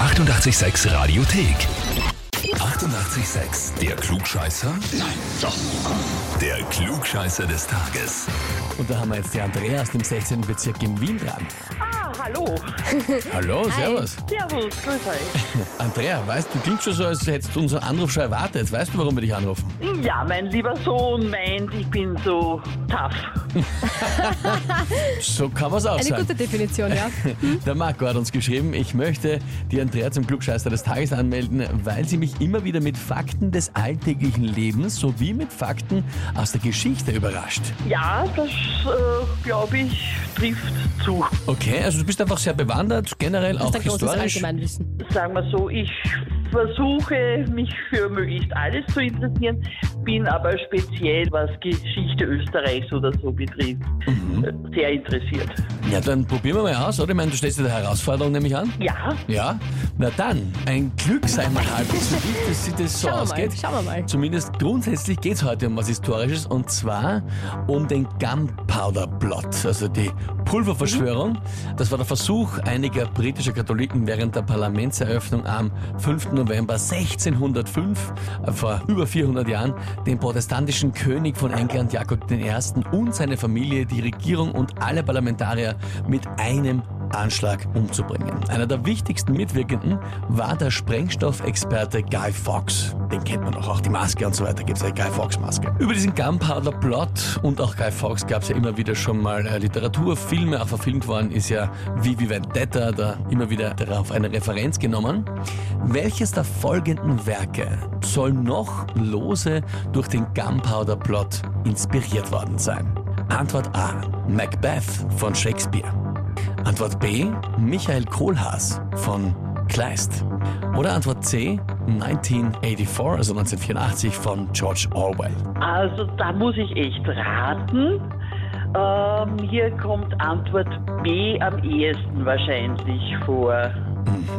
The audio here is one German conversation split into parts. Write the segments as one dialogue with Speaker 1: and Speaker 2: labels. Speaker 1: 886 Radiothek. 88,6. Der Klugscheißer? Nein, doch. Der Klugscheißer des Tages.
Speaker 2: Und da haben wir jetzt die Andrea aus dem 16. Bezirk in Wien dran.
Speaker 3: Ah, hallo.
Speaker 2: Hallo, servus.
Speaker 3: Servus, grüß euch.
Speaker 2: Andrea, weißt du, klingt schon so, als hättest du unseren Anruf schon erwartet. Weißt du, warum wir dich anrufen?
Speaker 3: Ja, mein lieber Sohn meint, ich bin so tough.
Speaker 2: So kann man es auch
Speaker 4: Eine
Speaker 2: sagen.
Speaker 4: gute hm? Definition, ja.
Speaker 2: Der Marco hat uns geschrieben, ich möchte die Andrea zum Klugscheißer des Tages anmelden, weil sie mich immer wieder mit Fakten des alltäglichen Lebens sowie mit Fakten aus der Geschichte überrascht.
Speaker 3: Ja, das, äh, glaube ich, trifft zu.
Speaker 2: Okay, also du bist einfach sehr bewandert, generell
Speaker 4: Das
Speaker 2: auch
Speaker 4: ist ein großes
Speaker 2: historisch.
Speaker 4: Allgemeinwissen.
Speaker 3: Sagen wir so, ich versuche, mich für möglichst alles zu interessieren, bin aber speziell, was Geschichte Österreichs oder so betrifft, äh, sehr interessiert.
Speaker 2: Ja, dann probieren wir mal aus, oder? Ich meine, du stellst dir die Herausforderung nämlich an.
Speaker 3: Ja,
Speaker 2: Ja, na dann, ein Glück sei mal halbwegs so gut, dass sich das so
Speaker 4: Schauen wir mal,
Speaker 2: ausgeht.
Speaker 4: schauen wir mal.
Speaker 2: Zumindest grundsätzlich geht es heute um was Historisches und zwar um den Gunpowder Plot, also die Pulververschwörung. Das war der Versuch einiger britischer Katholiken während der Parlamentseröffnung am 5. November 1605, äh, vor über 400 Jahren, den protestantischen König von England Jakob I. und seine Familie, die Regierung und alle Parlamentarier mit einem Anschlag umzubringen. Einer der wichtigsten Mitwirkenden war der Sprengstoffexperte Guy Fawkes. Den kennt man noch, auch die Maske und so weiter gibt es eine Guy Fawkes-Maske. Über diesen Gunpowder-Plot und auch Guy Fawkes gab es ja immer wieder schon mal äh, Literatur, Filme, auch verfilmt worden ist ja Vivi Vendetta, da immer wieder darauf eine Referenz genommen. Welches der folgenden Werke soll noch lose durch den Gunpowder-Plot inspiriert worden sein? Antwort A. Macbeth von Shakespeare. Antwort B, Michael Kohlhaas von Kleist. Oder Antwort C, 1984, also 1984 von George Orwell.
Speaker 3: also da muss ich echt raten. Ähm, hier kommt Antwort B am ehesten wahrscheinlich vor.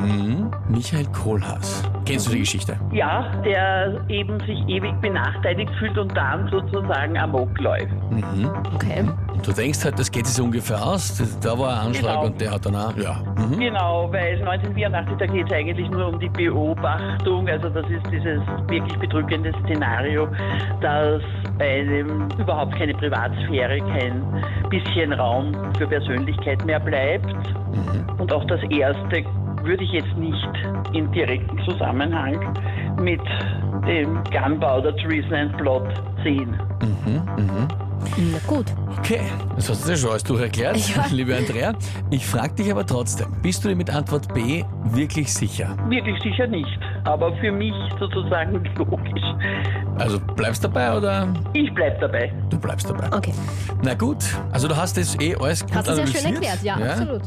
Speaker 2: Mhm. Michael Kohlhaas. Kennst du die Geschichte?
Speaker 3: Ja, der eben sich ewig benachteiligt fühlt und dann sozusagen amok läuft.
Speaker 2: Mhm.
Speaker 4: Okay. Hm,
Speaker 2: Und du denkst halt, das geht sich so ungefähr aus. Das- Da war ein Anschlag
Speaker 3: Genau.
Speaker 2: und der hat danach, ja. Mhm.
Speaker 3: Genau, weil 1984, da geht es eigentlich nur um die Beobachtung. Also das ist dieses wirklich bedrückende Szenario, dass bei einem überhaupt keine Privatsphäre, kein bisschen Raum für Persönlichkeit mehr bleibt. Und auch das Erste würde ich jetzt nicht in direkten Zusammenhang mit dem Gunpowder Treason and Plot sehen.
Speaker 4: Na gut.
Speaker 2: Okay, das hast du ja schon alles durcherklärt,
Speaker 4: Ja.
Speaker 2: liebe Andrea. Ich frage dich aber trotzdem, bist du dir mit Antwort B wirklich sicher?
Speaker 3: Wirklich sicher nicht, aber für mich sozusagen logisch.
Speaker 2: Also bleibst dabei oder
Speaker 3: Ich bleib dabei.
Speaker 2: du bleibst dabei?
Speaker 4: Okay.
Speaker 2: Na gut, also du hast das eh alles gut
Speaker 4: Hast du es ja
Speaker 2: analysiert.
Speaker 4: schön erklärt, ja, absolut.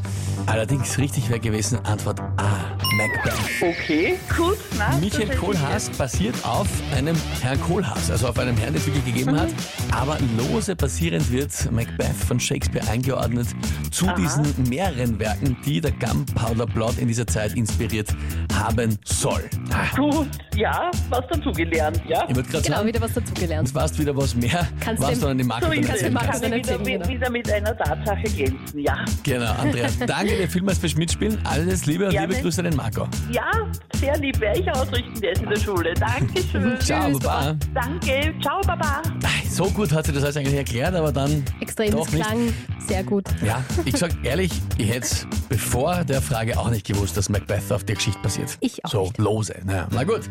Speaker 2: Allerdings richtig wäre gewesen Antwort A, Macbeth.
Speaker 3: Okay, gut. Na,
Speaker 2: Michael
Speaker 3: das ist-
Speaker 2: Kohlhaas basiert auf einem Herrn Kohlhaas, also auf einem Herrn, den es wirklich gegeben hat, aber lose basierend wird Macbeth von Shakespeare eingeordnet zu diesen mehreren Werken, die der Gunpowder Plot in dieser Zeit inspiriert haben soll. Ah,
Speaker 3: Gut, ja, was dazugelernt, ja.
Speaker 2: Ich würde gerade
Speaker 4: Genau,
Speaker 2: sagen,
Speaker 4: wieder was dazugelernt.
Speaker 2: es warst wieder was mehr,
Speaker 4: Kannst
Speaker 2: was
Speaker 4: dem-
Speaker 2: du an den Markt
Speaker 3: So ist es.
Speaker 4: kannst
Speaker 3: Ich
Speaker 4: du dem Markus
Speaker 3: kann
Speaker 4: dann
Speaker 3: mich wieder,
Speaker 4: erzählen,
Speaker 3: mit-
Speaker 4: genau.
Speaker 3: wieder mit einer Tatsache glänzen, ja.
Speaker 2: Genau, Andrea, danke dir vielmals fürs Mitspielen. Alles Liebe und
Speaker 3: Gerne.
Speaker 2: liebe Grüße an den Marco.
Speaker 3: Ja, sehr lieb, werde ich ausrichten, der ist in der Schule. Dankeschön.
Speaker 2: Ciao,
Speaker 4: Tschüss,
Speaker 2: Baba.
Speaker 3: Danke, ciao, Baba.
Speaker 2: So gut hat sie das alles eigentlich erklärt, aber dann.
Speaker 4: Extremes
Speaker 2: doch nicht.
Speaker 4: Klang, sehr gut.
Speaker 2: Ja, ich sag ehrlich, ich hätte bevor der Frage auch nicht gewusst, dass Macbeth auf der Geschichte basiert.
Speaker 4: Ich auch
Speaker 2: So
Speaker 4: nicht.
Speaker 2: lose. Na, na gut.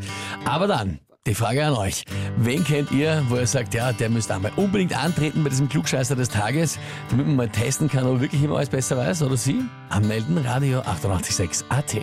Speaker 2: Aber dann. Die Frage an euch. Wen kennt ihr, wo ihr sagt, ja, der müsste einmal unbedingt antreten bei diesem Klugscheißer des Tages, damit man mal testen kann, ob er wirklich immer alles besser weiß oder sie? Anmelden, Radio 886 AT.